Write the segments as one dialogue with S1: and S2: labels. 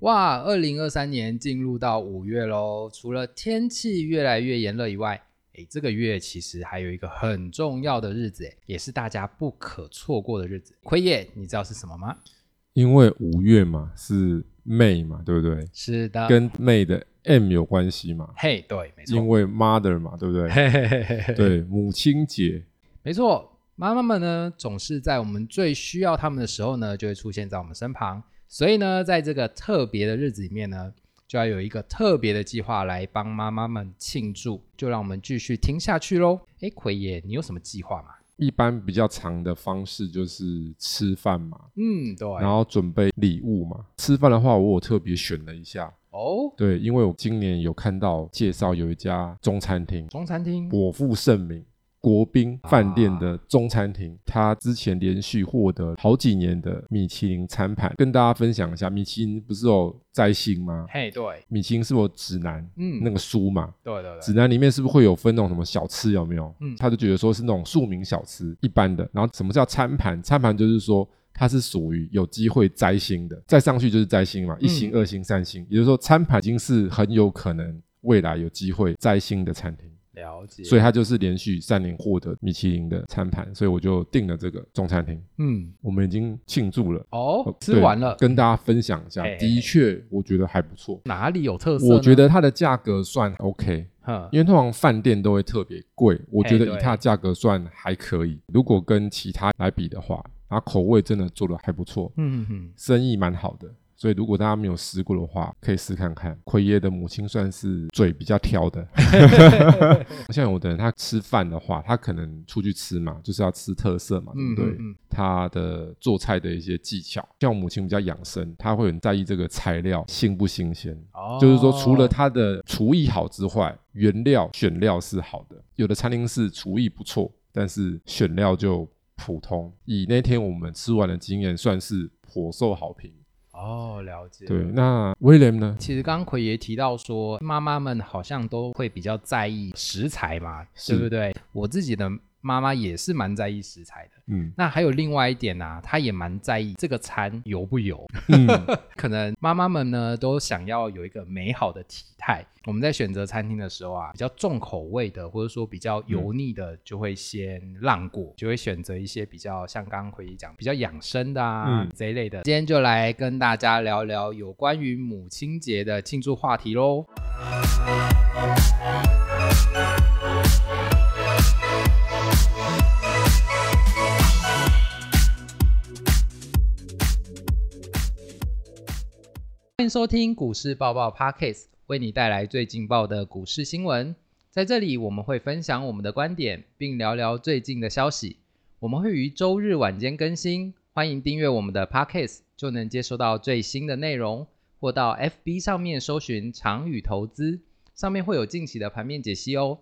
S1: 哇，二零二三年进入到五月喽，除了天气越来越炎热以外，诶，这个月其实还有一个很重要的日子，诶，也是大家不可错过的日子。奎爷，你知道是什么吗？
S2: 因为五月嘛是 May 嘛，对不对？
S1: 是的，
S2: 跟 May 的 M 有关系嘛，
S1: 嘿，对，没
S2: 因
S1: 错，
S2: 为 Mother 嘛，对不对？
S1: 嘿嘿嘿嘿嘿，
S2: 对，母亲节。
S1: 没错，妈妈们呢，总是在我们最需要他们的时候呢，就会出现在我们身旁。所以呢，在这个特别的日子里面呢，就要有一个特别的计划来帮妈妈们庆祝。就让我们继续听下去喽。哎，奎爷，你有什么计划吗？
S2: 一般比较长的方式就是吃饭嘛，
S1: 嗯，对，
S2: 然后准备礼物嘛。吃饭的话，我有特别选了一下，
S1: 哦，
S2: 对，因为我今年有看到介绍有一家中餐厅，
S1: 中餐厅，
S2: 我负盛名国宾
S1: 啊
S2: 饭店的中餐厅，它之前连续获得好几年的米其林餐盘，跟大家分享一下，米其林不是有摘星吗？
S1: 嘿，对，
S2: 米其林是否指南？
S1: 嗯，
S2: 那个书嘛，
S1: 对对
S2: 指
S1: 对，
S2: 南里面是不是会有分那种什么小吃有没有？
S1: 嗯
S2: 他就觉得说是那种庶民小吃一般的。然后什么叫餐盘？餐盘就是说它是属于有机会摘星的，再上去就是摘星嘛，一
S1: 嗯
S2: 星、二星、三星，也就是说餐盘已经是很有可能未来有机会摘星的餐厅，
S1: 了解。
S2: 所以它就是连续三年获得米其林的餐盘，所以我就订了这个中餐厅，
S1: 嗯，
S2: 我们已经庆祝了。
S1: 哦，吃
S2: 对
S1: 完了，
S2: 跟大家分享一下
S1: 嘿嘿，嘿
S2: 的确我觉得还不错。
S1: 哪里有特色呢？
S2: 我觉得它的价格算 OK，
S1: 哼，
S2: 因为通常饭店都会特别贵，我觉得
S1: 哎对
S2: 以它的价格算还可以。如果跟其他来比的话，它口味真的做的还不错，
S1: 嗯嗯嗯，
S2: 生意蛮好的。所以如果大家没有试过的话，可以试看看。奎爷的母亲算是嘴比较挑 的，像有的人他吃饭的话，他可能出去吃嘛，就是要吃特色嘛，对
S1: 嗯
S2: 不对？
S1: 嗯嗯
S2: 他的做菜的一些技巧，像我母亲比较养生，她会很在意这个材料新不新鲜。
S1: 哦，
S2: 就是说，除了他的厨艺好之外，原料选料是好的。有的餐厅是厨艺不错，但是选料就普通。以那天我们吃完的经验，算是颇受好评。
S1: 哦，了解，
S2: 对，啊那威廉呢？
S1: 其实刚刚奎爷提到说，妈妈们好像都会比较在意食材嘛，
S2: 是
S1: 对不对？我自己的妈妈也是蛮在意食材的。
S2: 嗯
S1: 那还有另外一点啊，她也蛮在意这个餐油不油。
S2: 嗯，
S1: 可能妈妈们呢都想要有一个美好的体态。我们在选择餐厅的时候啊，比较重口味的，或者说比较油腻的，就会先让过，就会选择一些比较像刚刚奎姨讲比较养生的啊、
S2: 嗯
S1: 这一类的。今天就来跟大家聊聊有关于母亲节的庆祝话题喽。欢迎收听股市爆爆 Pockets，为你带来最劲爆的股市新闻。在这里，我们会分享我们的观点，并聊聊最近的消息。我们会于周日晚间更新，欢迎订阅我们的 Pockets，就能接收到最新的内容。或到 FB 上面搜寻“长宇投资”，上面会有近期的盘面解析哦。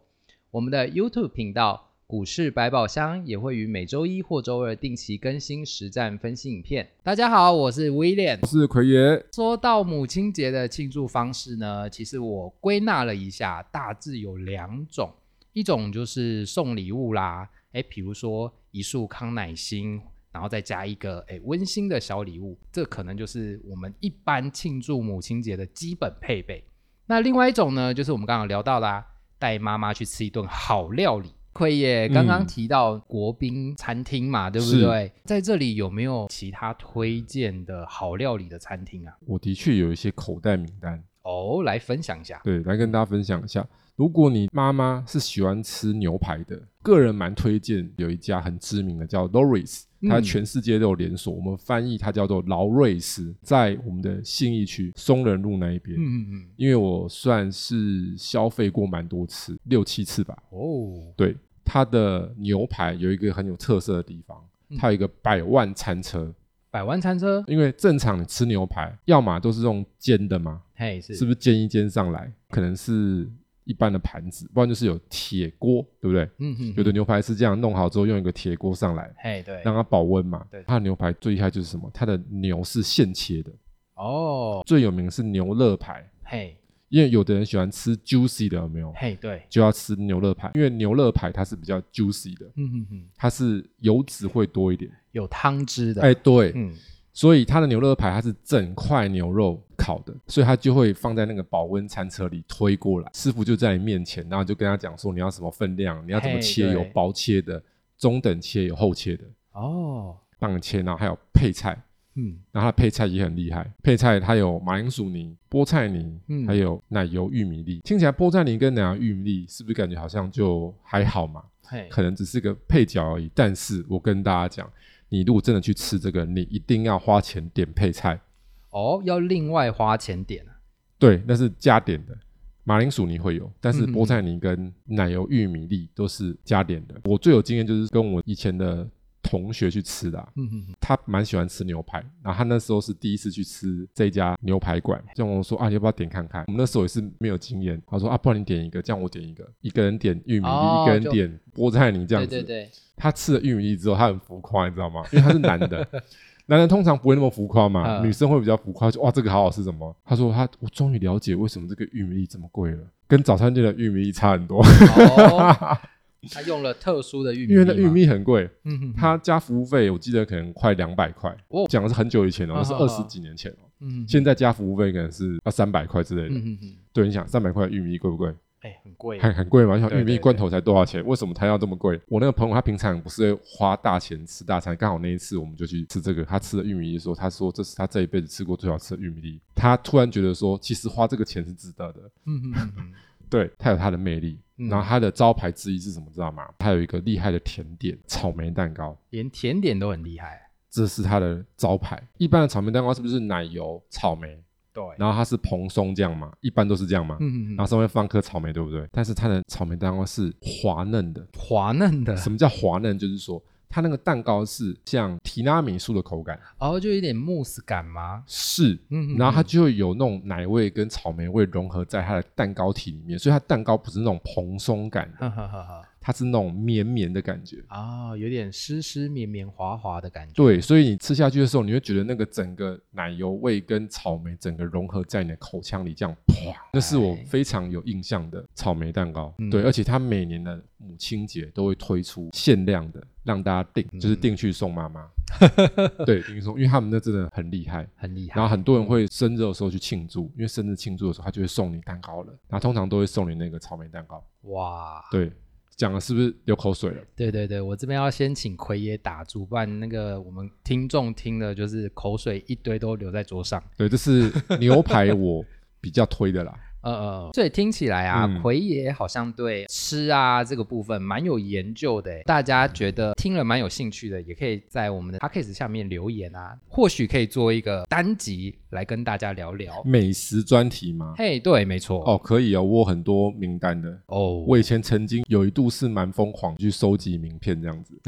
S1: 我们的 YouTube 频道“股市百宝箱”也会于每周一或周二定期更新实战分析影片。大家好，我是 William，
S2: 是奎爷。
S1: 说到母亲节的庆祝方式呢，其实我归纳了一下，大致有两种，一种就是送礼物啦，诶，比如说一束康乃馨，然后再加一个诶温馨的小礼物，这可能就是我们一般庆祝母亲节的基本配备。那另外一种呢，就是我们刚刚聊到啦、带妈妈去吃一顿好料理。奎爷刚刚
S2: 嗯
S1: 提到国宾餐厅嘛，对不
S2: 是
S1: 对？在这里有没有其他推荐的好料理的餐厅啊？
S2: 我的确有一些口袋名单，
S1: 哦，来分享一下。
S2: 对，来跟大家分享一下。如果你妈妈是喜欢吃牛排的，个人蛮推荐有一家很知名的叫 Loris，
S1: 嗯
S2: 它在全世界都有连锁，我们翻译它叫做劳瑞斯，在我们的信义区松仁路那一边。
S1: 嗯嗯嗯，
S2: 因为我算是消费过蛮多次，六七次吧。
S1: 哦，
S2: 对，它的牛排有一个很有特色的地方
S1: 嗯，
S2: 它有一个百万餐车。
S1: 百万餐车，
S2: 因为正常你吃牛排，要么都是用煎的嘛，
S1: 嘿，是
S2: 是不是煎一煎上来，可能是一般的盘子，不然就是有铁锅，对不对？
S1: 嗯嗯，
S2: 有的牛排是这样弄好之后用一个铁锅上来，
S1: 嘿，对，
S2: 让它保温嘛
S1: 对。
S2: 它的牛排最厉害就是什么？它的牛是现切的，
S1: 哦，
S2: 最有名的是牛肋排，
S1: 嘿，
S2: 因为有的人喜欢吃 juicy 的，有没有？
S1: 嘿，对，
S2: 就要吃牛肋排，因为牛肋排它是比较 juicy 的，
S1: 嗯嗯嗯，
S2: 它是油脂会多一点。
S1: 有汤汁的，
S2: 哎，对，
S1: 嗯，
S2: 所以它的牛肋排它是整块牛肉烤的，所以它就会放在那个保温餐车里推过来，师傅就在你面前，然后就跟他讲说你要什么分量，你要怎么
S1: 嘿
S2: 切，
S1: 对
S2: 有薄切的、中等切、有厚切的，
S1: 哦，
S2: 帮你切，然后还有配菜，
S1: 嗯，
S2: 然后它的配菜也很厉害，配菜它有马铃薯泥、菠菜泥，
S1: 嗯
S2: 还有奶油玉米粒。听起来菠菜泥跟奶油玉米粒是不是感觉好像就还好嘛？
S1: 嘿，
S2: 可能只是个配角而已。但是我跟大家讲，你如果真的去吃这个，你一定要花钱点配菜，
S1: 哦，要另外花钱点啊，
S2: 对，那是加点的。马铃薯泥会有，但是
S1: 嗯嗯
S2: 菠菜泥跟奶油玉米粒都是加点的。我最有经验就是跟我以前的同学去吃的啊、
S1: 嗯哼哼，
S2: 他蛮喜欢吃牛排，然后他那时候是第一次去吃这家牛排馆，就跟我说啊，你要不要点看看？我们那时候也是没有经验，他说啊，不然你点一个，这样我点一个，一个人点玉米粒，
S1: 哦
S2: 一个人
S1: 就
S2: 点菠菜泥这样
S1: 对
S2: 子。
S1: 对对，
S2: 他吃了玉米粒之后，他很浮夸，你知道吗？因为他是男 的，男人通常不会那么浮夸嘛，
S1: 嗯
S2: 女生会比较浮夸，就哇这个好好吃什么？他说他我终于了解为什么这个玉米粒这么贵了，跟早餐店的玉米粒差很多，
S1: 哦，他用了特殊的玉米，
S2: 因为那玉，米很贵，
S1: 嗯哼，
S2: 他加服务费我记得可能快两百块。
S1: 哦
S2: 我讲的是很久以前哦，
S1: 啊
S2: 那是
S1: 啊
S2: 二
S1: 啊
S2: 十几年前哦，
S1: 嗯哼
S2: 现在加服务费可能是要三百块之类的。
S1: 嗯哼哼，
S2: 对，你想三百块的玉米粒贵不贵？
S1: 哎，很贵，
S2: 很很贵嘛，像
S1: 对
S2: 玉米
S1: 对
S2: 罐头才多少钱？为什么它要这么贵？我那个朋友他平常不是会花大钱吃大餐，刚好那一次我们就去吃这个，他吃了玉米粒的时候，他说这是他这一辈子吃过最好吃的玉米粒。他突然觉得说，其实花这个钱是值得的。
S1: 嗯哼哼哼，
S2: 对，它有它的魅力。
S1: 嗯
S2: 然后它的招牌之一是什么？知道吗？它有一个厉害的甜点——草莓蛋糕，
S1: 连甜点都很厉害，啊
S2: 这是它的招牌。一般的草莓蛋糕是不是奶油、草莓，
S1: 对，
S2: 然后它是蓬松酱嘛？一般都是这样嘛。
S1: 嗯哼
S2: 然
S1: 哼，
S2: 后上面放颗草莓，对不对？但是它的草莓蛋糕是滑嫩的，
S1: 滑嫩的，
S2: 什么叫滑嫩？就是说它那个蛋糕是像提拉米苏的口感，
S1: 哦，就有点慕斯感吗？
S2: 是，
S1: 嗯
S2: 然后它就会有那种奶味跟草莓味融合在它的蛋糕体里面，所以它蛋糕不是那种蓬松感的，
S1: 哈哈哈 哈，
S2: 它是那种绵绵的感觉。
S1: 啊，嗯有点湿湿绵绵滑滑的感觉，
S2: 对，所以你吃下去的时候，你会觉得那个整个奶油味跟草莓整个融合在你的口腔里，这样啪，那是我非常有印象的草莓蛋糕。
S1: 嗯
S2: 对，而且它每年的母亲节都会推出限量的，让大家订，就是订去送妈妈。对，订去送，因为他们那真的很厉害。
S1: 很厉害
S2: 然后，很多人会生日的时候去庆祝，因为生日庆祝的时候，他就会送你蛋糕了。然后通常都会送你那个草莓蛋糕。
S1: 哇，
S2: 对，讲了是不是流口水了？
S1: 对对对，我这边要先请奎爷打住，不然那个我们听众听了就是口水一堆都留在桌上。
S2: 对，这是牛排我比较推的啦。
S1: 呃呃，所以听起来啊，
S2: 哦嗯
S1: 奎爷好像对吃啊这个部分蛮有研究的诶，大家觉得听了蛮有兴趣的，也可以在我们的 p a c k a g e 下面留言啊，或许可以做一个单集来跟大家聊聊。
S2: 美食专题吗？
S1: 嘿，对，没错。
S2: 嗯哦，可以哦，我有很多名单的。
S1: 哦，
S2: 我以前曾经有一度是蛮疯狂去收集名片这样子，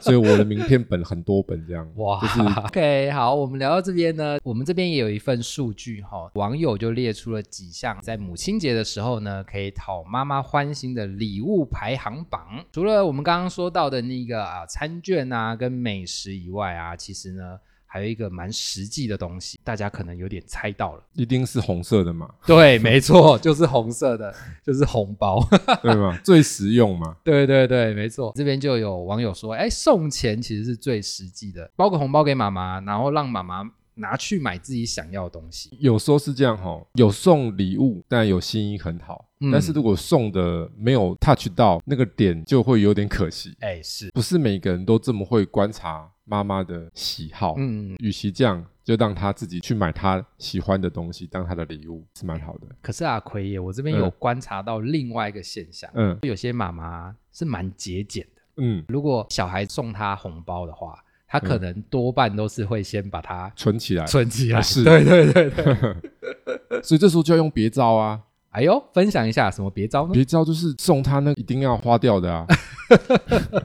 S2: 所以我的名片本很多本这样。
S1: 哇、
S2: 就是
S1: o k 好，我们聊到这边呢，我们这边也有一份数据哈、网友就列出了几项在母亲节的时候呢，可以讨妈妈欢心的礼物排行榜。除了我们刚刚说到的那个啊餐券啊跟美食以外啊，其实呢还有一个蛮实际的东西，大家可能有点猜到了。
S2: 一定是红色的嘛，
S1: 对，没错，就是红色的，就是红包。
S2: 对吗？最实用嘛。
S1: 对对对，没错。这边就有网友说，哎，送钱其实是最实际的，包个红包给妈妈，然后让妈妈拿去买自己想要的东西。
S2: 有时候是这样哈、有送礼物，但有心意很好。
S1: 嗯
S2: 但是如果送的没有 touch 到那个点，就会有点可惜。
S1: 哎，是，
S2: 不是每个人都这么会观察妈妈的喜好。
S1: 嗯。
S2: 与其这样，就让她自己去买她喜欢的东西当她的礼物，是蛮好的。
S1: 可是啊，奎爷，我这边有观察到另外一个现象，
S2: 嗯
S1: 有些妈妈是蛮节俭的。
S2: 嗯，
S1: 如果小孩送她红包的话，她可能多半都是会先把它
S2: 存起来。
S1: 存起来。
S2: 是
S1: 对哎对对对。
S2: 所以这时候就要用别招啊，
S1: 哎呦，分享一下什么别招呢？
S2: 别招就是送她那一定要花掉的啊。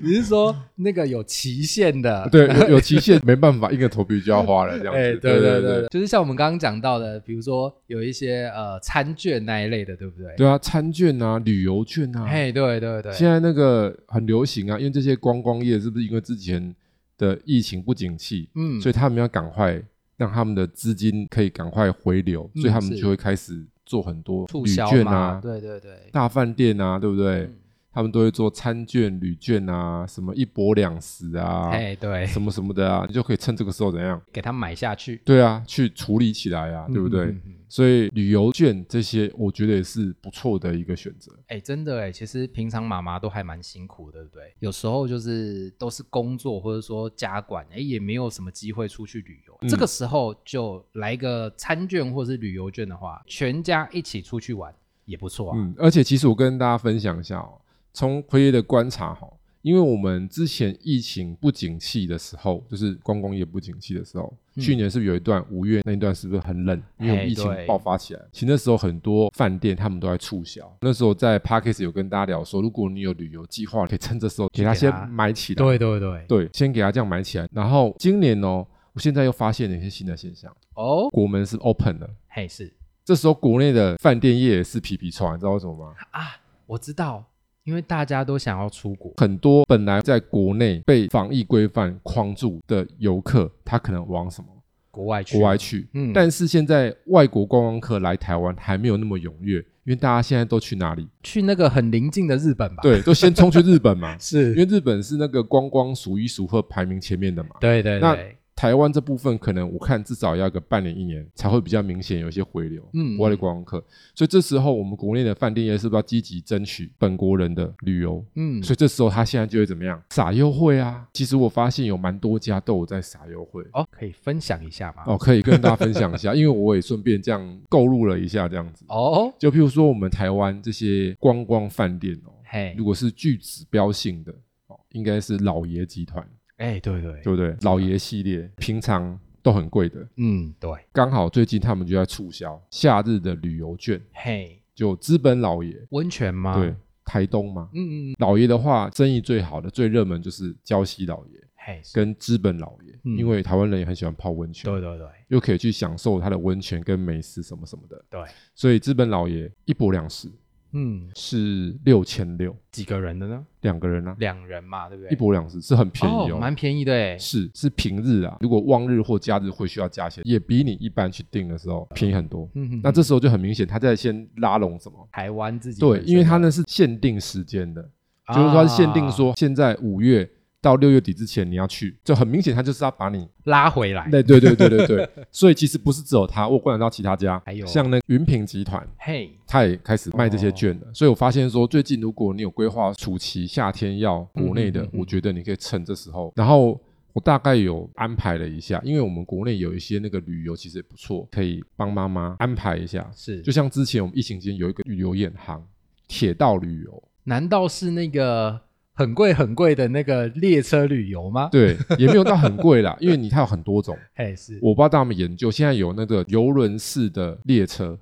S1: 你是说 那个有期限的？
S2: 对，有有期限，没办法，硬着头皮就要花了这样子。
S1: 哎、对
S2: 对
S1: 对
S2: 对
S1: 对，就是像我们刚刚讲到的，比如说有一些呃餐券那一类的，对不对？
S2: 对啊，餐券啊，旅游券啊，
S1: 嘿，对对对，
S2: 现在那个很流行啊，因为这些观光业是不是因为之前的疫情不景气，
S1: 嗯，
S2: 所以他们要赶快让他们的资金可以赶快回流，
S1: 嗯
S2: 所以他们
S1: 是
S2: 就会开始做很多
S1: 促
S2: 旅
S1: 销
S2: 券
S1: 嘛，
S2: 啊、
S1: 对对对，
S2: 大饭店啊，对不对？
S1: 嗯
S2: 他们都会做餐券、旅券啊，什么一博两食啊，
S1: 哎，对，
S2: 什么什么的啊，你就可以趁这个时候怎样？
S1: 给他买下去，
S2: 对啊，去处理起来啊，对不对？
S1: 嗯？嗯嗯嗯
S2: 所以旅游券这些，我觉得也是不错的一个选择。
S1: 哎、真的哎，其实平常妈妈都还蛮辛苦的，对不对？有时候就是都是工作或者说家管，哎、也没有什么机会出去旅游。
S2: 嗯
S1: 这个时候就来一个餐券或是旅游券的话，全家一起出去玩也不错啊。
S2: 嗯，而且其实我跟大家分享一下哦，从奎爷的观察哈、因为我们之前疫情不景气的时候，就是观光业不景气的时候，
S1: 嗯
S2: 去年是不是有一段五月那一段是不是很冷？因为我
S1: 哎
S2: 们疫情
S1: 对
S2: 爆发起来，其实那时候很多饭店他们都在促销。那时候在 p a c k a g e 有跟大家聊说，如果你有旅游计划，可以趁这时候给他
S1: 去给
S2: 先
S1: 他
S2: 买起来。
S1: 对对对，
S2: 对，先给他这样买起来。然后今年哦，我现在又发现了一些新的现象，
S1: 哦，
S2: 国门是 open 了。
S1: 嘿是
S2: 这时候国内的饭店业也是皮皮喘，你知道为什么吗？
S1: 啊，我知道，因为大家都想要出国，
S2: 很多本来在国内被防疫规范框住的游客，他可能往什么
S1: 国外去，
S2: 国外去？
S1: 嗯
S2: 但是现在外国观光客来台湾还没有那么踊跃，因为大家现在都去哪里？
S1: 去那个很临近的日本吧？，，
S2: 对，都先冲去日本嘛 因
S1: 是，
S2: 为日本是那个观光数一数二排名前面的嘛。
S1: 对对
S2: 那
S1: 对，
S2: 台湾这部分可能我看至少要个半年一年才会比较明显有一些回流，
S1: 嗯
S2: 国外的观光客，所以这时候我们国内的饭店业是不是要积极争取本国人的旅游？
S1: 嗯，
S2: 所以这时候他现在就会怎么样撒优惠啊？其实我发现有蛮多家都有在撒优惠
S1: 哦，可以分享一下吗？
S2: 哦，可以跟大家分享 一下，因为我也顺便这样购入了一下这样子。
S1: 哦，
S2: 就譬如说我们台湾这些观光饭店哦，
S1: 嘿
S2: 如，果是具指标性的哦，应该是老爷集团，
S1: 哎、对对，
S2: 对不对？老爷系列平常都很贵的，
S1: 嗯，对，
S2: 刚好最近他们就在促销夏日的旅游券，
S1: 嘿，
S2: 就资本老爷、
S1: 温泉吗？
S2: 对台东嘛，
S1: 啊嗯，嗯嗯，
S2: 老爷的话生意最好的、最热门就是礁溪老爷
S1: 嘿，是
S2: 跟资本老爷，
S1: 嗯
S2: 因为台湾人也很喜欢泡温泉，
S1: 对对对
S2: 又可以去享受它的温泉跟美食什么什么的，
S1: 对，
S2: 所以资本老爷一博两食
S1: 嗯，
S2: 是六千六
S1: 几个人的呢？
S2: 两个人啊，
S1: 两人嘛，对不对？
S2: 一博两食是很便宜
S1: 哦，
S2: 哦。
S1: 蛮便宜的哎，
S2: 是是平日啊，如果望日或假日会需要加钱，也比你一般去订的时候便宜很多。
S1: 嗯，嗯
S2: 那这
S1: 嗯
S2: 时候就很明显，他在先拉拢什么？
S1: 台湾自己
S2: 对，
S1: 本身
S2: 因为
S1: 的
S2: 它那是限定时间的，就是说它是限定
S1: 啊
S2: 说现在五月到六月底之前你要去，就很明显，它就是要把你
S1: 拉回来，
S2: 对对对对对 对，所以其实不是只有它，我有观察到其他家，
S1: 还有哦
S2: 像那云品集团。
S1: 嘿，
S2: 它也开始卖这些券了，所以我发现说，最近如果你有规划暑期夏天要国内的，
S1: 嗯嗯嗯嗯
S2: 我觉得你可以趁这时候。然后我大概有安排了一下，因为我们国内有一些那个旅游其实也不错，可以帮妈妈安排一下，
S1: 是，
S2: 就像之前我们疫情期间有一个旅游眼行，铁道旅游，
S1: 难道是那个很贵很贵的那个列车旅游吗？，
S2: 对，也没有到很贵啦，因为你它有很多种，
S1: 嘿，是
S2: 我不知道大家有没有研究，现在有那个游轮式的列车，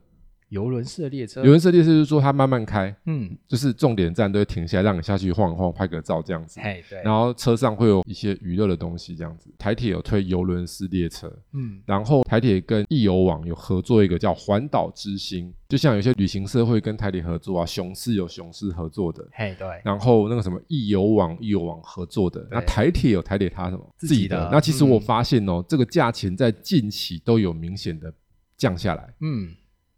S1: 游轮式的列车
S2: 游，轮式的列车就是说它慢慢开，
S1: 嗯，
S2: 就是重点站都会停下来让你下去晃一晃，拍个照这样子。
S1: 嘿，对，
S2: 然后车上会有一些娱乐的东西，这样子。台铁有推游轮式列车，
S1: 嗯，
S2: 然后台铁跟易游网有合作一个叫环岛之星，就像有些旅行社会跟台铁合作啊，雄狮有雄狮合作的，
S1: 嘿，对，
S2: 然后那个什么易游网、易游网合作的，那台铁有台铁它什么
S1: 自己的
S2: 那其实
S1: 嗯
S2: 我发现哦，这个价钱在近期都有明显的降下来，
S1: 嗯，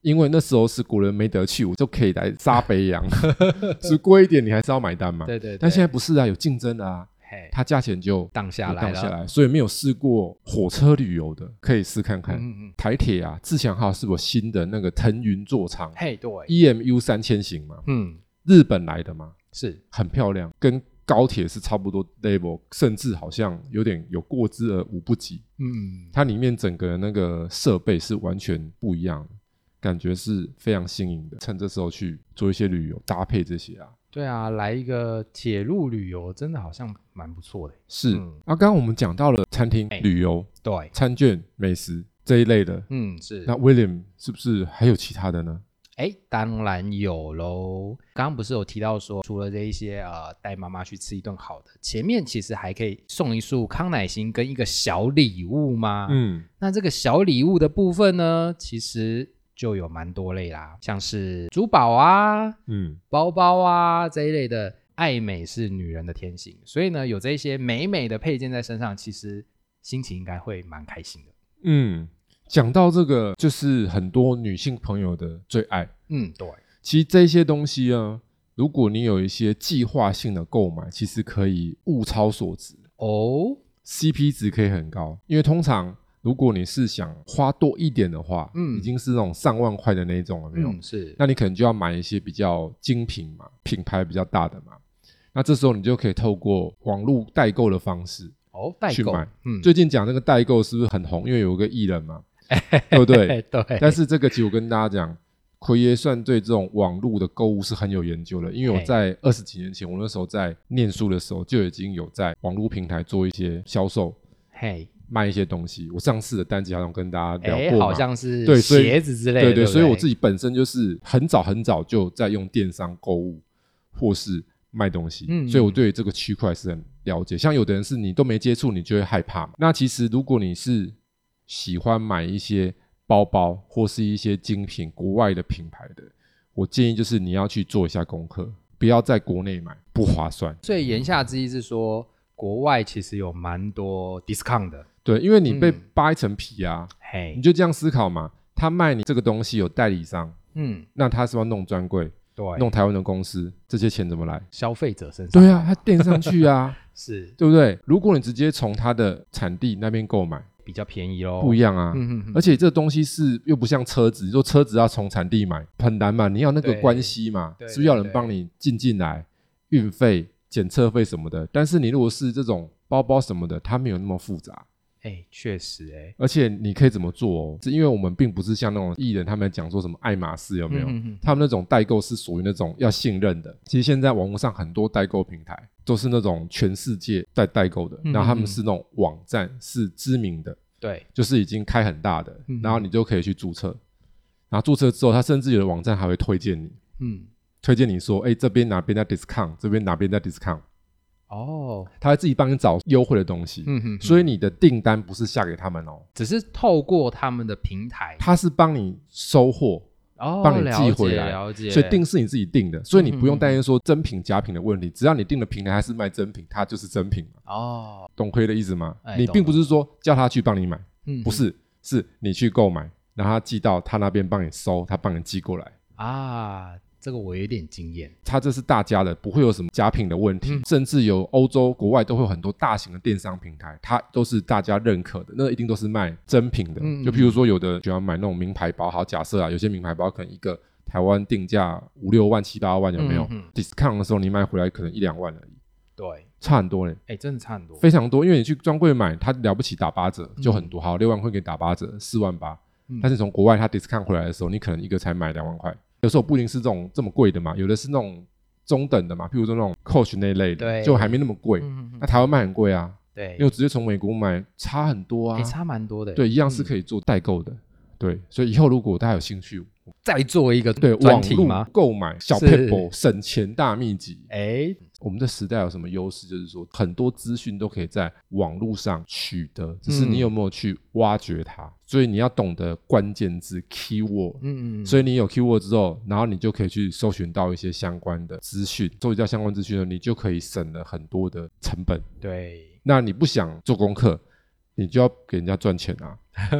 S2: 因为那时候是国人没得去，我就可以来杀 北洋，只贵一点你还是要买单嘛。
S1: 对对对，
S2: 但现在不是啊，有竞争的啊，
S1: 嘿，
S2: 它价钱就
S1: 荡下
S2: 有
S1: 来
S2: 荡下
S1: 了，
S2: 来，所以没有试过火车旅游的可以试看看。
S1: 嗯嗯嗯，
S2: 台铁啊，自强号是我新的那个腾云座舱
S1: 嘿，对，
S2: EMU 三千型嘛，
S1: 嗯，
S2: 日本来的嘛，
S1: 是，
S2: 很漂亮，跟高铁是差不多 level，甚至好像有点有过之而无不及。
S1: 嗯，
S2: 它里面整个那个设备是完全不一样的，感觉是非常新颖的。趁这时候去做一些旅游搭配这些啊，
S1: 对啊，来一个铁路旅游，真的好像蛮不错的。
S2: 是。
S1: 嗯
S2: 啊，刚刚我们讲到了餐厅、旅游、
S1: 对，
S2: 餐券、美食这一类的，
S1: 嗯，是
S2: 那。William 是不是还有其他的呢？
S1: 哎，当然有喽。刚刚不是有提到说，除了这一些呃，带妈妈去吃一顿好的，前面其实还可以送一束康乃馨跟一个小礼物吗？
S2: 嗯，
S1: 那这个小礼物的部分呢，其实就有蛮多类啦，像是珠宝啊、
S2: 嗯，
S1: 包包啊这一类的。爱美是女人的天性，所以呢，有这些美美的配件在身上，其实心情应该会蛮开心的。
S2: 嗯，讲到这个，就是很多女性朋友的最爱。
S1: 嗯，对，
S2: 其实这些东西啊，如果你有一些计划性的购买，其实可以物超所值
S1: 哦，
S2: ，CP 值可以很高。因为通常如果你是想花多一点的话，
S1: 嗯
S2: 已经是那种上万块的那种了没有？
S1: 嗯，是，
S2: 那你可能就要买一些比较精品嘛，品牌比较大的嘛。那这时候你就可以透过网络代购的方式。
S1: 哦，代
S2: 去
S1: 购
S2: 买，
S1: 嗯，
S2: 最近讲那个代购是不是很红？因为有个艺人 嘛，对不对？
S1: 哎对，
S2: 但是这个其实我跟大家讲，奎爷算对这种网络的购物是很有研究的，因为我
S1: 嘿
S2: 在二十几年前，我那时候在念书的时候就已经有在网络平台做一些销售，
S1: 嘿，
S2: 卖一些东西。我上次的单集好像跟大家聊
S1: 哎，
S2: 过嘛，
S1: 好像是
S2: 对所以
S1: 鞋子之类的，
S2: 对
S1: 对不对，
S2: 所以我自己本身就是很早很早就在用电商购物或是卖东西，
S1: 嗯
S2: 所以我对这个区块是很了解。像有的人是你都没接触，你就会害怕嘛。那其实如果你是喜欢买一些包包或是一些精品国外的品牌的，我建议就是你要去做一下功课，不要在国内买，不划算。
S1: 所以言下之意是说，国外其实有蛮多 discount 的，
S2: 对，因为你被
S1: 嗯
S2: 扒一层皮啊，
S1: 嘿
S2: 你，就这样思考嘛。他卖你这个东西有代理商，
S1: 嗯，
S2: 那他是不是要弄专柜，
S1: 对，
S2: 弄台湾的公司，这些钱怎么来？
S1: 消费者身上，
S2: 对 啊，，它垫上去 啊，
S1: 是
S2: 对不对？如果你直接从它的产地那边购买，
S1: 比较便宜哦，
S2: 不一
S1: 样，
S2: 样啊。
S1: 嗯嗯嗯，
S2: 而且这东西是又不像车子，你说车子要从产地买很难嘛，你要那个
S1: 对
S2: 关系嘛，是
S1: 对
S2: 不是要人
S1: 对对
S2: 帮你进进来，运费、检测费什么的？但是你如果是这种包包什么的，它没有那么复杂，
S1: 哎，确实，哎，
S2: 而且你可以怎么做哦？是因为我们并不是像那种艺人他们讲说什么爱马仕有没有？
S1: 嗯嗯嗯
S2: 他们那种代购是属于那种要信任的。其实现在网络上很多代购平台都是那种全世界在代购的，
S1: 嗯
S2: 然后他们是那种网站是知名的，
S1: 对，
S2: 就是已经开很大的
S1: 嗯，
S2: 然后你就可以去注册。然后注册之后，他甚至有的网站还会推荐你，
S1: 嗯，
S2: 推荐你说，哎，这边哪边在 discount，这边哪边在 discount，
S1: 哦，
S2: 他会自己帮你找优惠的东西。
S1: 嗯哼，
S2: 所以你的订单不是下给他们哦，
S1: 只是透过他们的平台，
S2: 他是帮你收货，
S1: 哦，
S2: 帮你
S1: 了
S2: 寄回
S1: 解
S2: 来
S1: 了解，
S2: 所以定是你自己定的，所以你
S1: 嗯
S2: 不用
S1: 嗯嗯
S2: 担心说真品假品的问题，只要你定的平台它是卖真品，它就是真品嘛，
S1: 哦，
S2: 懂亏的意思吗
S1: 哎？
S2: 你并不是说叫他去帮你买，
S1: 嗯，
S2: 不是，是你去购买，然后他寄到他那边帮你收，他帮你寄过来，
S1: 啊，这个我有点经验，
S2: 他这是大家的，不会有什么假品的问
S1: 嗯
S2: 题，甚至有欧洲国外都会有很多大型的电商平台，它都是大家认可的，那一定都是卖真品的。
S1: 嗯
S2: 就譬如说，有的喜欢买那种名牌包，好假设啊，有些名牌包可能一个台湾定价五六万、七八万，有没有、
S1: 嗯嗯
S2: discount 的时候你买回来可能一两万而已，
S1: 对，
S2: 差很多嘞，
S1: 哎，真的差很多，
S2: 非常多。因为你去专柜买，它了不起打八折就很多，好六万块给你打八折，四万八
S1: 嗯。
S2: 但是从国外它 discount 回来的时候，你可能一个才买两万块，有时候不一定是这种这么贵的嘛，有的是那种中等的嘛，譬如说那种 Coach 那类的，
S1: 对
S2: 就还没那么贵。
S1: 嗯嗯
S2: 那
S1: 嗯，
S2: 台湾卖很贵啊，
S1: 对
S2: 因为，我直接从美国买差很多啊
S1: 哎，，差蛮多的，
S2: 对，一样是
S1: 嗯
S2: 可以做代购的，对，所以以后如果大家有兴趣，
S1: 再做一个
S2: 对
S1: 嗯专
S2: 网
S1: 题
S2: 络
S1: 吗？
S2: 购买小
S1: 是
S2: paper 省钱大秘籍，
S1: 哎，
S2: 我们的时代有什么优势？就是说，很多资讯都可以在网络上取得，只
S1: 嗯
S2: 是你有没有去挖掘它。所以你要懂得关键字 keyword。
S1: 嗯，嗯
S2: 所以你有 keyword 之后，然后你就可以去搜寻到一些相关的资讯，搜集到相关资讯呢，你就可以省了很多的成本。
S1: 对，
S2: 那你不想做功课，你就要给人家赚钱啊，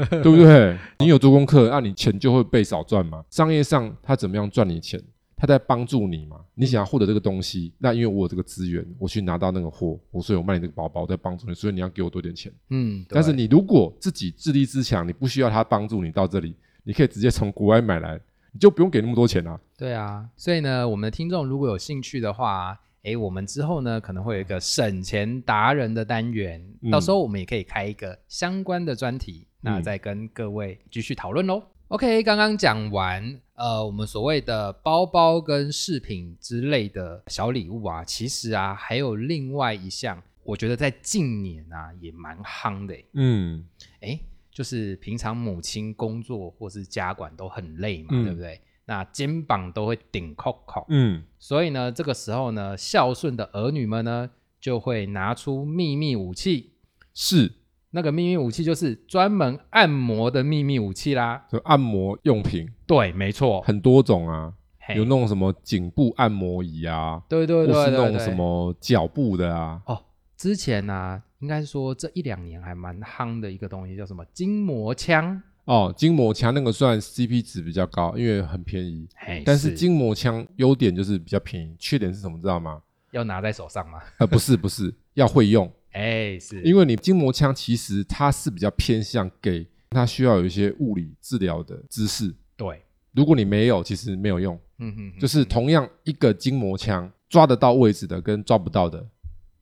S2: 对不对？你有做功课，啊那、你钱就会被少赚嘛。商业上他怎么样赚你钱？他在帮助你嘛？你想要获得这个东西，那因为我有这个资源，我去拿到那个货，我所以我卖你这个包包，我在帮助你，所以你要给我多点钱。
S1: 嗯，
S2: 但是
S1: 对
S2: 你如果自己自立自强，你不需要他帮助你到这里，你可以直接从国外买来，你就不用给那么多钱啊。
S1: 对啊，所以呢，我们的听众如果有兴趣的话，诶，我们之后呢可能会有一个省钱达人的单元，
S2: 嗯
S1: 到时候我们也可以开一个相关的专题，那
S2: 嗯
S1: 再跟各位继续讨论喽。OK，刚刚讲完，呃，我们所谓的包包跟饰品之类的小礼物啊，其实啊还有另外一项，我觉得在近年啊也蛮夯的诶，
S2: 嗯，
S1: 哎，就是平常母亲工作或是家管都很累嘛，
S2: 嗯
S1: 对不对？那肩膀都会顶扣扣，
S2: 嗯，
S1: 所以呢，这个时候呢，孝顺的儿女们呢，就会拿出秘密武器。
S2: 是，
S1: 那个秘密武器就是专门按摩的秘密武器啦。
S2: 就按摩用品
S1: 对，没错，
S2: 很多种啊，
S1: 嘿
S2: 有那种什么颈部按摩椅啊，
S1: 对哎对
S2: 或
S1: 对
S2: 是那
S1: 对
S2: 种
S1: 对
S2: 什么脚部的啊，
S1: 哦。之前呢、应该说这一两年还蛮夯的一个东西，叫什么筋膜枪？
S2: 哦，筋膜枪那个算 CP 值比较高，因为很便宜。
S1: 嘿
S2: 但是筋膜枪优点就是比较便宜，缺点是什么知道吗？
S1: 要拿在手上吗？
S2: 呃，不是不是，要会用，
S1: 哎，是，
S2: 因为你筋膜枪其实它是比较偏向给它需要有一些物理治疗的知识，
S1: 对，
S2: 如果你没有，其实没有用。
S1: 嗯哼哼，
S2: 就是同样一个筋膜枪，抓得到位置的跟抓不到的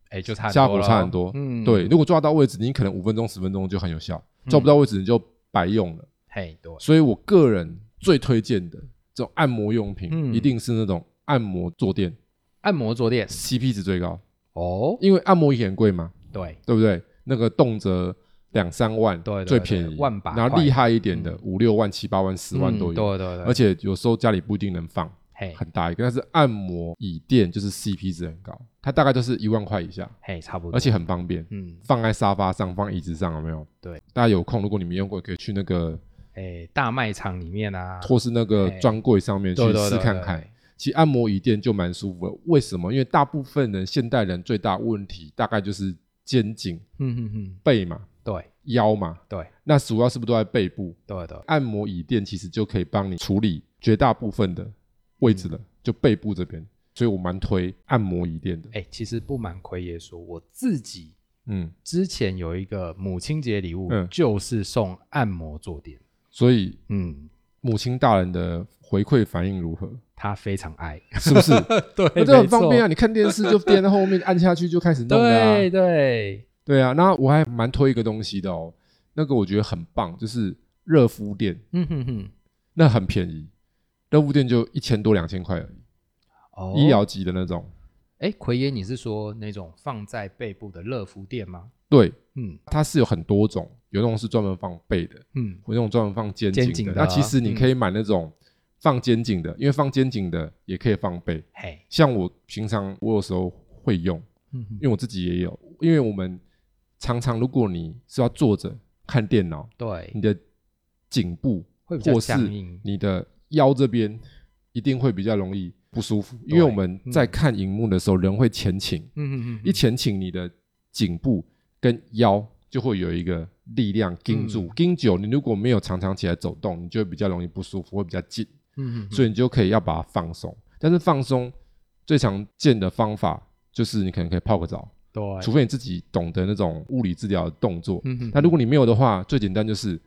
S1: 哎，就差很
S2: 效
S1: 多
S2: 果
S1: 咯
S2: 差很多。
S1: 嗯，
S2: 对，，如果抓到位置，你可能五分钟、十分钟就很有效；
S1: 嗯
S2: 抓不到位置，你就白用了。
S1: 嘿，对，
S2: 所以我个人最推荐的这种按摩用品，
S1: 嗯
S2: 一定是那种按摩坐垫
S1: 按摩坐垫，
S2: ，CP 值最高，
S1: 哦，
S2: 因为按摩椅很贵嘛，
S1: 对，
S2: 对不对？那个动辄两三万，
S1: 对对
S2: 最便宜
S1: 对万把
S2: 然后
S1: 块
S2: 厉害一点的五六万、七八万、十万
S1: 嗯
S2: 都有，
S1: 对对对，
S2: 而且有时候家里不一定能放。
S1: 嘿，
S2: 很大一个，但是按摩椅垫就是 CP 值很高，它大概就是一万块以下，
S1: 嘿，差不多，
S2: 而且很方便，
S1: 嗯，
S2: 放在沙发上，放椅子上，有没有？
S1: 对，
S2: 大家有空，如果你们用过，可以去那个
S1: 哎，大卖场里面啊，
S2: 或是那个
S1: 哎
S2: 专柜上面去
S1: 对对
S2: 试
S1: 对
S2: 看
S1: 对
S2: 看。其实按摩椅垫就蛮舒服的，为什么？因为大部分人现代人最大问题大概就是肩颈、
S1: 嗯哼哼，
S2: 背嘛、
S1: 对
S2: 腰嘛，
S1: 对
S2: 那主要是不是都在背部？
S1: 对对，
S2: 按摩椅垫其实就可以帮你处理绝大部分的位置了，
S1: 嗯
S2: 就背部这边，所以我蛮推按摩椅垫的。
S1: 哎，其实不瞒奎爷说，我自己
S2: 嗯，
S1: 之前有一个母亲节礼物
S2: 嗯，
S1: 就是送按摩坐垫，
S2: 所以
S1: 嗯，
S2: 母亲大人的回馈反应如何？
S1: 他非常 爱，
S2: 是不 是？
S1: 对，
S2: 那这很方便
S1: 啊，
S2: 啊！你看电视就垫在后面，按下去就开始弄了、
S1: 对
S2: 啊。
S1: 对，
S2: 对啊，那我还蛮推一个东西的哦，那个我觉得很棒，就是热敷垫，
S1: 嗯哼哼，
S2: 那很便宜，热敷垫就一千多两千块而已，
S1: 哦，
S2: 医疗级的那种。
S1: 哎，奎爷，你是说那种放在背部的热敷垫吗？
S2: 对，
S1: 嗯
S2: 它是有很多种，有那种是专门放背的，
S1: 嗯，
S2: 有那种专门放肩
S1: 肩
S2: 颈
S1: 颈
S2: 的。
S1: 的
S2: 那
S1: 啊
S2: 其实你
S1: 嗯
S2: 可以买那种放肩颈的，因为放肩颈的也可以放背。
S1: 嘿，
S2: 像我平常我有时候会用，
S1: 嗯哼
S2: 因为我自己也有，因为我们常常如果你是要坐着看电脑，
S1: 对
S2: 你，的颈部
S1: 会比较
S2: 或是
S1: 僵硬
S2: 你的腰这边一定会比较容易不舒服，因为我们
S1: 嗯
S2: 在看荧幕的时候，人会前倾，
S1: 嗯嗯嗯，
S2: 一前倾，你的颈部跟腰就会有一个力
S1: 嗯
S2: 量盯住，盯久，你如果没有常常起来走动，你就会比较容易不舒服，会比较紧。
S1: 嗯嗯嗯
S2: 所以你就可以要把它放松。但是放松最常见的方法就是你可能可以泡个澡，
S1: 对，
S2: 除非你自己懂得那种物理治疗的动作。
S1: 哎嗯哼
S2: 那如果你没有的话，最简单就是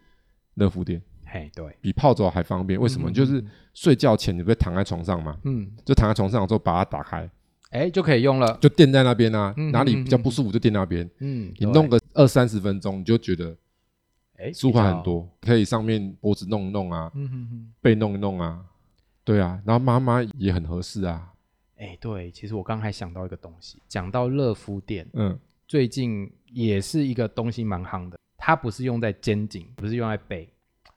S2: 热敷垫，
S1: 嘿对，
S2: 比泡澡还方便。为什么？
S1: 嗯
S2: 就是睡觉前你不是躺在床上嘛，
S1: 嗯，
S2: 就躺在床上之后把它打开，
S1: 哎就可以用了，
S2: 就垫在那边啊，
S1: 嗯
S2: 哪里比较不舒服就垫那边。
S1: 嗯，
S2: 你
S1: 对
S2: 弄个二三十分钟，你就觉得
S1: 哎
S2: 舒缓很，
S1: 比
S2: 多，可以上面脖子弄一弄啊
S1: 较，嗯嗯嗯，
S2: 背弄一弄啊，对啊，然后妈妈也很合适啊，
S1: 哎对，其实我刚还想到一个东西，讲到热敷垫，
S2: 嗯，
S1: 最近也是一个东西蛮夯的，它不是用在肩颈，不是用在背，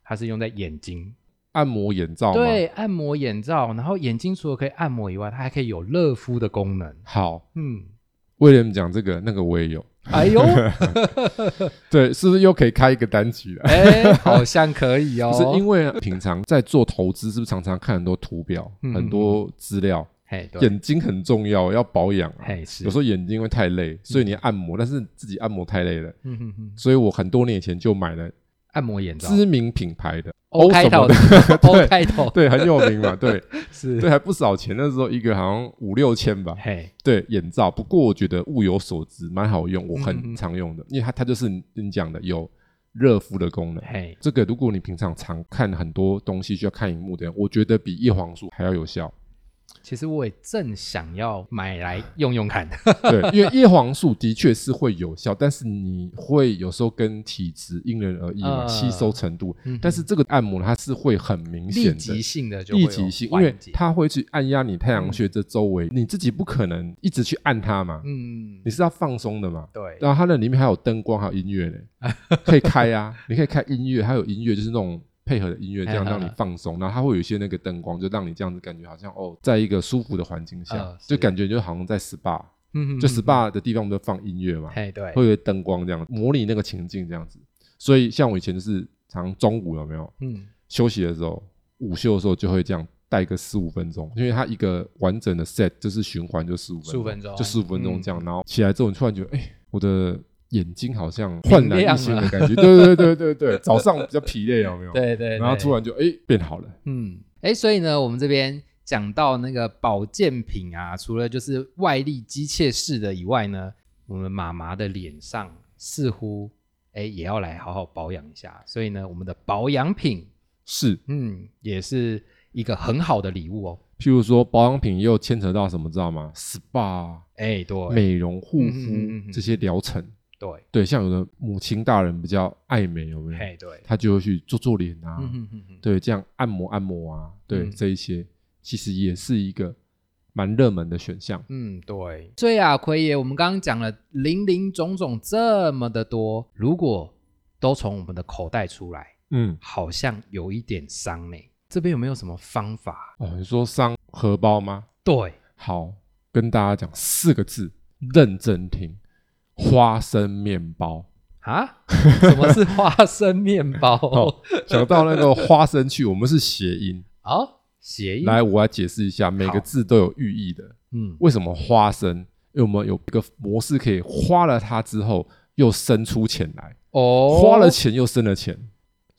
S1: 它是用在眼睛，
S2: 按摩眼罩吗？
S1: 对，按摩眼罩，然后眼睛除了可以按摩以外，它还可以有热敷的功能，
S2: 好，
S1: 嗯，
S2: 威廉讲这个那个我也有，
S1: 哎 呦。
S2: 对，是不是又可以开一个单曲了？
S1: 哎、好像可以哦。
S2: 不是因为平常在做投资，是不是常常看很多图表、
S1: 嗯
S2: 很多资料？
S1: 嘿，对，
S2: 眼睛很重要，要保养啊。
S1: 嘿嗯是
S2: 有时候眼睛会太累，所以你按摩，但是自己按摩太累了，
S1: 嗯哼哼，
S2: 所以我很多年以前就买了
S1: 按摩眼罩
S2: 知名品牌的
S1: ，O 开
S2: 什
S1: 头
S2: 么的
S1: 的
S2: 对
S1: ，O 开头
S2: 对，很有 名嘛，对
S1: 是，
S2: 对，还不少钱，那时候一个好像五六千吧，
S1: 嘿，
S2: 对眼罩，不过我觉得物有所值，蛮好用，我
S1: 嗯
S2: 很
S1: 嗯
S2: 常用的，因为它它就是你你讲的有热敷的功能。
S1: 嘿，
S2: 这个如果你平常常看很多东西需要看荧幕的人，我觉得比叶黄素还要有效。
S1: 其实我也正想要买来用用看，
S2: 对，因为叶黄素的确是会有效，但是你会有时候跟体质因人而异嘛，
S1: 呃
S2: 吸收程度。
S1: 嗯哼
S2: 但是这个按摩它是会很 明显
S1: 立
S2: 的
S1: 即性的就会
S2: 立
S1: 有
S2: 即性，因
S1: 缓
S2: 为
S1: 解
S2: 它会去按压你太阳穴这周围，你自己不可能一直去按它嘛，
S1: 嗯
S2: 你，是要放松的嘛。
S1: 对，
S2: 然后它那里面还有灯光，还有音乐呢，可以开啊，你可以开音乐，还有音乐就是那种配合的音乐，这样让你放松。然后它会有一些那个灯光，就让你这样子感觉好像哦，在一个舒服的环境下，
S1: 嗯是
S2: 就感觉就好像在 SPA，
S1: 嗯
S2: 就
S1: 嗯嗯
S2: SPA 的地方不是放音乐嘛，
S1: 嘿，对，
S2: 会有灯光这样模拟那个情境这样子。所以像我以前就是常中午有没有
S1: 嗯，
S2: 休息的时候，午休的时候就会这样。带个十五分钟，因为它一个完整的 set 就是循环就十五分钟，
S1: 15分钟
S2: 就十五分钟这样，
S1: 嗯
S2: 然后起来之后，你突然觉得，哎、我的眼睛好像
S1: 明亮
S2: 焕然一新的 感觉，对对对对对，早上比较疲累有没有？，
S1: 对对，
S2: 然后
S1: 对
S2: 突然就哎变好了，
S1: 嗯，哎，所以呢，我们这边讲到那个保健品啊，除了就是外力机械式的以外呢，我们妈妈的脸上似乎哎也要来好好保养一下，所以呢，我们的保养品，
S2: 是
S1: 嗯，也是一个很好的礼物哦。
S2: 譬如说保养品又牵扯到什么，知道吗？SPA、
S1: 哎，对
S2: 美容护
S1: 嗯哼嗯哼嗯
S2: 肤
S1: 哼
S2: 这些疗程，
S1: 对，
S2: 对，像有的母亲大人比较爱美，有没有？
S1: 嘿对，
S2: 他就会去做做脸啊，
S1: 嗯哼哼哼，
S2: 对，这样按摩按摩啊，对、
S1: 嗯
S2: 这一些，其实也是一个蛮热门的选项。
S1: 嗯，对。所以啊，奎爷，我们刚刚讲了零零总总这么的多，如果都从我们的口袋出来，
S2: 嗯，
S1: 好像有一点伤呢。这边有没有什么方法？
S2: 哦，你说伤荷包吗？
S1: 对，
S2: 好，跟大家讲四个字，认真听，花生面包。
S1: 啊？什么是花生面包？
S2: 哦讲到那个花生去，我们是谐音。
S1: 哦，谐音。
S2: 来，，我来解释一下，每
S1: 好
S2: 个字都有寓意的。
S1: 嗯，
S2: 为什么花生？因为我们有一个模式可以花了它之后又生出钱来，
S1: 哦，
S2: 花了，钱又生了钱。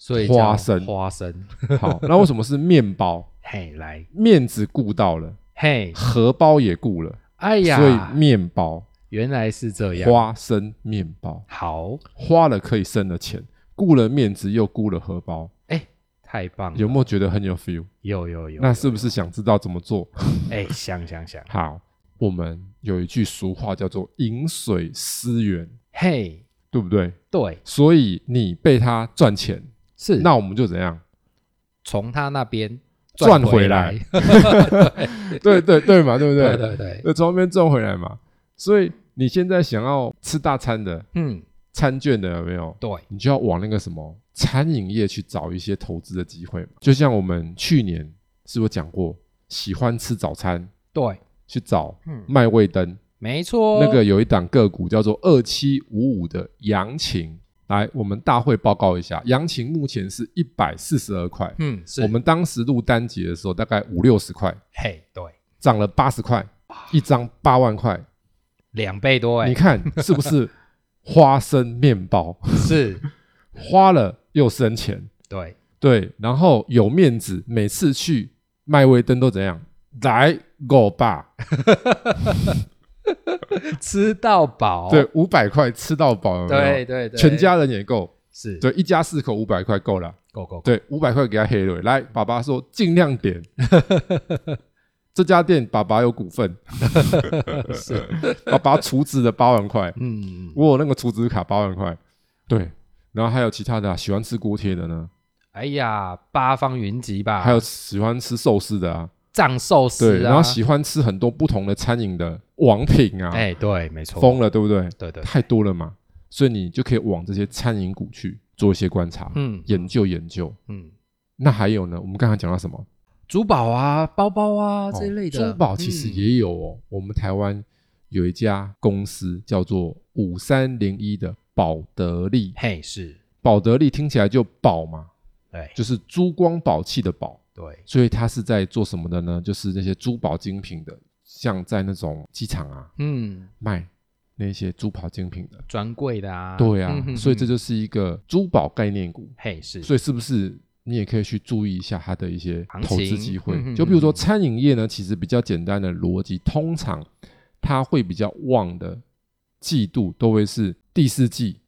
S1: 所以叫
S2: 花生
S1: 花生。
S2: 好，那为什么是面包？
S1: 嘿，来，
S2: 面子顾到了，
S1: 嘿，
S2: 荷包也顾了，
S1: 哎呀，
S2: 所以面包
S1: 原来是这样。
S2: 花生面包
S1: 好，
S2: 花了可以生了钱，顾了面子又顾了荷包，
S1: 哎太棒了，
S2: 有没有觉得很有 feel？
S1: 有嗯有有，
S2: 那是不是想知道怎么做？
S1: 哎，想想想，
S2: 好，我们有一句俗话叫做“饮水思源
S1: 嘿，”，
S2: 对不对？
S1: 对，
S2: 所以你被他赚钱，
S1: 是。
S2: 那我们就怎样？
S1: 从他那边
S2: 赚
S1: 回
S2: 回来，对对对嘛，对不
S1: 对
S2: 对？
S1: 对对，
S2: 那从那边赚回来嘛。所以你现在想要吃大餐的
S1: 嗯，
S2: 餐券的有没有？
S1: 对，
S2: 你就要往那个什么餐饮业去找一些投资的机会嘛。就像我们去年是不是讲过，喜欢吃早餐
S1: 对，
S2: 去找
S1: 嗯哦
S2: 麦味登，
S1: 没错，
S2: 那个有一档个股叫做二七五五的杨琴。来，我们大会报告一下，杨琴目前是一百四十二块。
S1: 嗯，是
S2: 我们当时录单节的时候，大概五六十块，
S1: 嘿，对，
S2: 涨了八十块，一张八万块。
S1: 两倍多哎
S2: 你，看是不是花生面包？
S1: 是，
S2: 花了又生钱，
S1: 对，
S2: 对，然后有面子，每次去麦威登都怎样？来狗吧，
S1: 吃到饱，
S2: 对，五百块吃到饱，有没有
S1: 哦对对对，
S2: 全家人也够，
S1: 是，
S2: 对，一家四口五百块够了。
S1: 够够，
S2: 对，五百块给他黑了。来，爸爸说尽 量点。这家店爸爸有股份，
S1: 是，
S2: 爸爸储值了八万块，
S1: 嗯，
S2: 我有那个储值卡八万块。对，然后还有其他的、啊，喜欢吃锅贴的呢，
S1: 哎呀，八方云集吧，
S2: 还有喜欢吃寿司的啊，
S1: 藏寿司
S2: 对，
S1: 啊，
S2: 然后喜欢吃很多不同的餐饮的王品啊，
S1: 哎，对，没错，
S2: 疯了，对不对？
S1: 对对，
S2: 太多了嘛，所以你就可以往这些餐饮股去做一些观察，
S1: 嗯
S2: 研究研究。
S1: 嗯，
S2: 那还有呢，我们刚才讲到什么？
S1: 珠宝啊，包包啊这一类的，
S2: 哦珠宝其实
S1: 嗯
S2: 也有哦。我们台湾有一家公司叫做五三零一的宝德利，
S1: 嘿是，
S2: 宝德利听起来就宝嘛，
S1: 对
S2: 就是珠光宝气的宝，
S1: 对，
S2: 所以它是在做什么的呢？就是那些珠宝精品的，像在那种机场啊
S1: 嗯，
S2: 卖那些珠宝精品的。
S1: 专柜的啊，
S2: 对啊
S1: 嗯，哼
S2: 所以这
S1: 哼
S2: 就是一个珠宝概念股，
S1: 嘿是，
S2: 所以是不是？你也可以去注意一下它的一些
S1: 行
S2: 投资
S1: 情
S2: 机会
S1: 嗯哼，
S2: 就比如说
S1: 嗯哼
S2: 餐饮业呢，其实比较简单的逻辑，通常它会比较旺的季度都会是第四季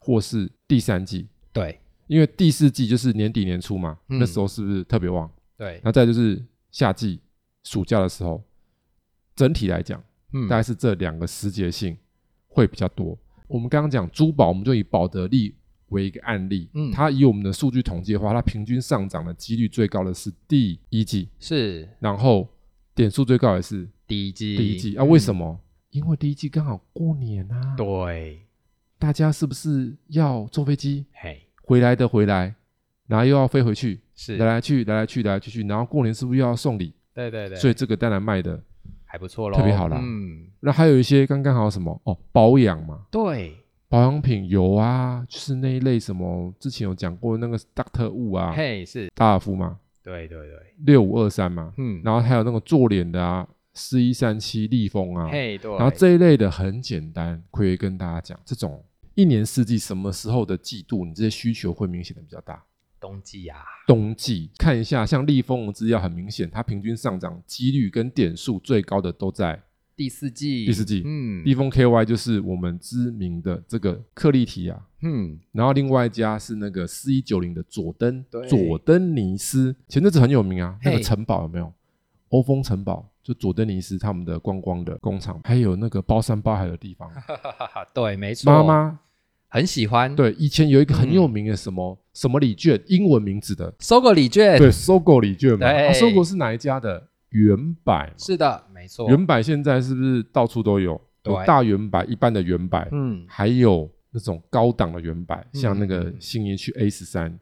S2: 或是第三季，
S1: 对
S2: 因为第四季就是年底年初嘛，
S1: 嗯
S2: 那时候是不是特别旺？
S1: 对，
S2: 那再就是夏季暑假的时候，整体来讲，
S1: 嗯
S2: 大概是这两个时节性会比较多。我们刚刚讲珠宝，我们就以保德利为一个案例，
S1: 嗯
S2: 它以我们的数据统计的话，它平均上涨的几率最高的是第一季，
S1: 是
S2: 然后点数最高也是
S1: 第一季，
S2: 第一季啊？为
S1: 么？
S2: 什么？因为第一季刚好过年啊，
S1: 对，
S2: 大家是不是要坐飞机
S1: 嘿，
S2: 回来的回来，然后又要飞回去，
S1: 是，
S2: 来来去来来去来来去去，然后过年是不是又要送礼？
S1: 对对对，
S2: 所以这个当然卖的。
S1: 还不错喽，
S2: 特别好啦
S1: 嗯，
S2: 那还有一些刚刚好什么哦，保养嘛，
S1: 对，
S2: 保养品有啊，就是那一类什么，之前有讲过那个 Doctor Wu 啊，
S1: 嘿，是，
S2: 大尔夫嘛，
S1: 对对对，
S2: 六五二三嘛，
S1: 嗯，
S2: 然后还有那种做脸的啊，四一三七立丰啊，
S1: 嘿，对，
S2: 然后这一类的很简单，可以跟大家讲，这种一年四季什么时候的季度，你这些需求会明显的比较大？
S1: 冬季啊呀、
S2: 冬季看一下，像立丰的资料很明显，它平均上涨几率跟点数最高的都在
S1: 第四季，
S2: 第四季
S1: 嗯
S2: 立丰 KY，就是我们知名的这个克利提啊亚，
S1: 嗯，
S2: 然后另外一家是那个四一九零的佐登
S1: 对，
S2: 佐登尼斯，前阵子很有名啊，
S1: 嘿
S2: 那个城堡有没有？欧风城堡就佐登尼斯他们的观光的工厂，还有那个包山包海的地 方。
S1: 哈哈哈哈对，没错，
S2: 妈妈
S1: 很喜欢，，
S2: 对，以前有一个很有名的什么、
S1: 嗯
S2: 什么礼券，英文名字的，
S1: 收购礼券，
S2: 对，搜狗礼券嘛。
S1: 对
S2: 啊，搜狗是哪一家的？原百嘛，
S1: 哎是的，没错，
S2: 原百现在是不是到处都有？有
S1: 对
S2: 大原百、一般的原百，
S1: 嗯，
S2: 还有那种高档的原版，
S1: 嗯
S2: 像那个信义区 A 十三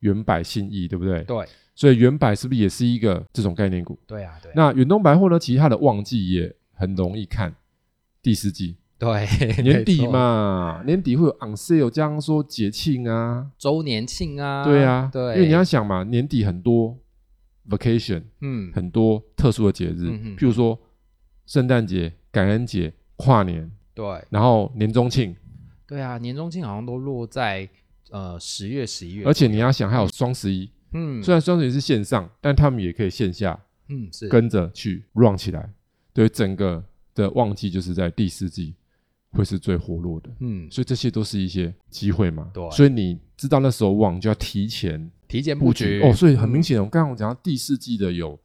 S2: 原版信义，对不对？
S1: 对，
S2: 所以原版是不是也是一个这种概念股？
S1: 对啊，对啊，
S2: 那远东百货呢？其实它的旺季也很容易看，第 四季
S1: 对，
S2: 年底
S1: 没错，
S2: 嘛，年底会有 on sale，加上说节庆啊，
S1: 周年庆啊，
S2: 对啊，
S1: 对，
S2: 因为你要想嘛，年底很多 vacation，
S1: 嗯，
S2: 很多特殊的节日，
S1: 嗯嗯
S2: 譬如说圣诞节、感恩节、跨年，
S1: 对，
S2: 然后年中庆，
S1: 对啊，年终庆好像都落在呃十月、十一月，
S2: 而且你要想还有双十一。
S1: 嗯，
S2: 虽然双十一是线上，但他们也可以线下
S1: 嗯是
S2: 跟着去 run 起来。对，整个的旺季就是在第四季会是最活络的，
S1: 嗯
S2: 所以这些都是一些机会嘛。
S1: 对
S2: 所以你知道那时候旺就要提前
S1: 提前
S2: 布
S1: 局
S2: 局哦。所以很明显，我刚刚我讲到第四季的有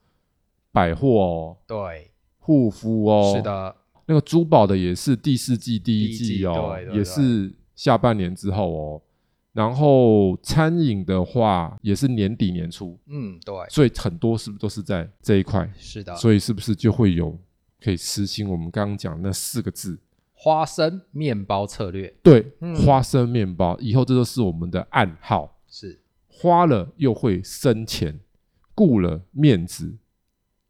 S2: 百货哦、
S1: 对，
S2: 护肤哦，
S1: 是，的，
S2: 那个珠宝的也是第四季第
S1: 第
S2: 一
S1: 一季
S2: 季哦，
S1: 对对
S2: 也是下半年之后哦。然后餐饮的话也是年底年初，
S1: 嗯对，
S2: 所以很多是不是都是在这一块？
S1: 是的，
S2: 所以是不是就会有可以实行我们刚刚讲那四个字？
S1: 花生面包策略
S2: 对，
S1: 嗯
S2: 花生面包，以后这都是我们的暗号。
S1: 是
S2: 花了又会生钱，顾了面子，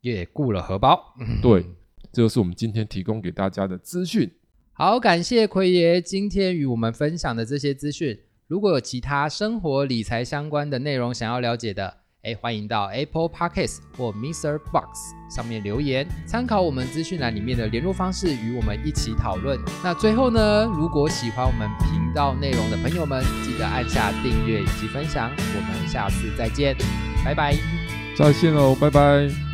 S1: 也顾了荷包， 嗯
S2: 对，这就是我们今天提供给大家的资讯。
S1: 好，感谢奎爷今天与我们分享的这些资讯。如果有其他生活理财相关的内容想要了解的，哎，欢迎到 Apple Podcasts 或 Mr. Box 上面留言，参考我们资讯栏里面的联络方式，与我们一起讨论。那最后呢，如果喜欢我们频道内容的朋友们，记得按下订阅以及分享。我们下次再见，拜拜。
S2: 下次见喽，拜拜。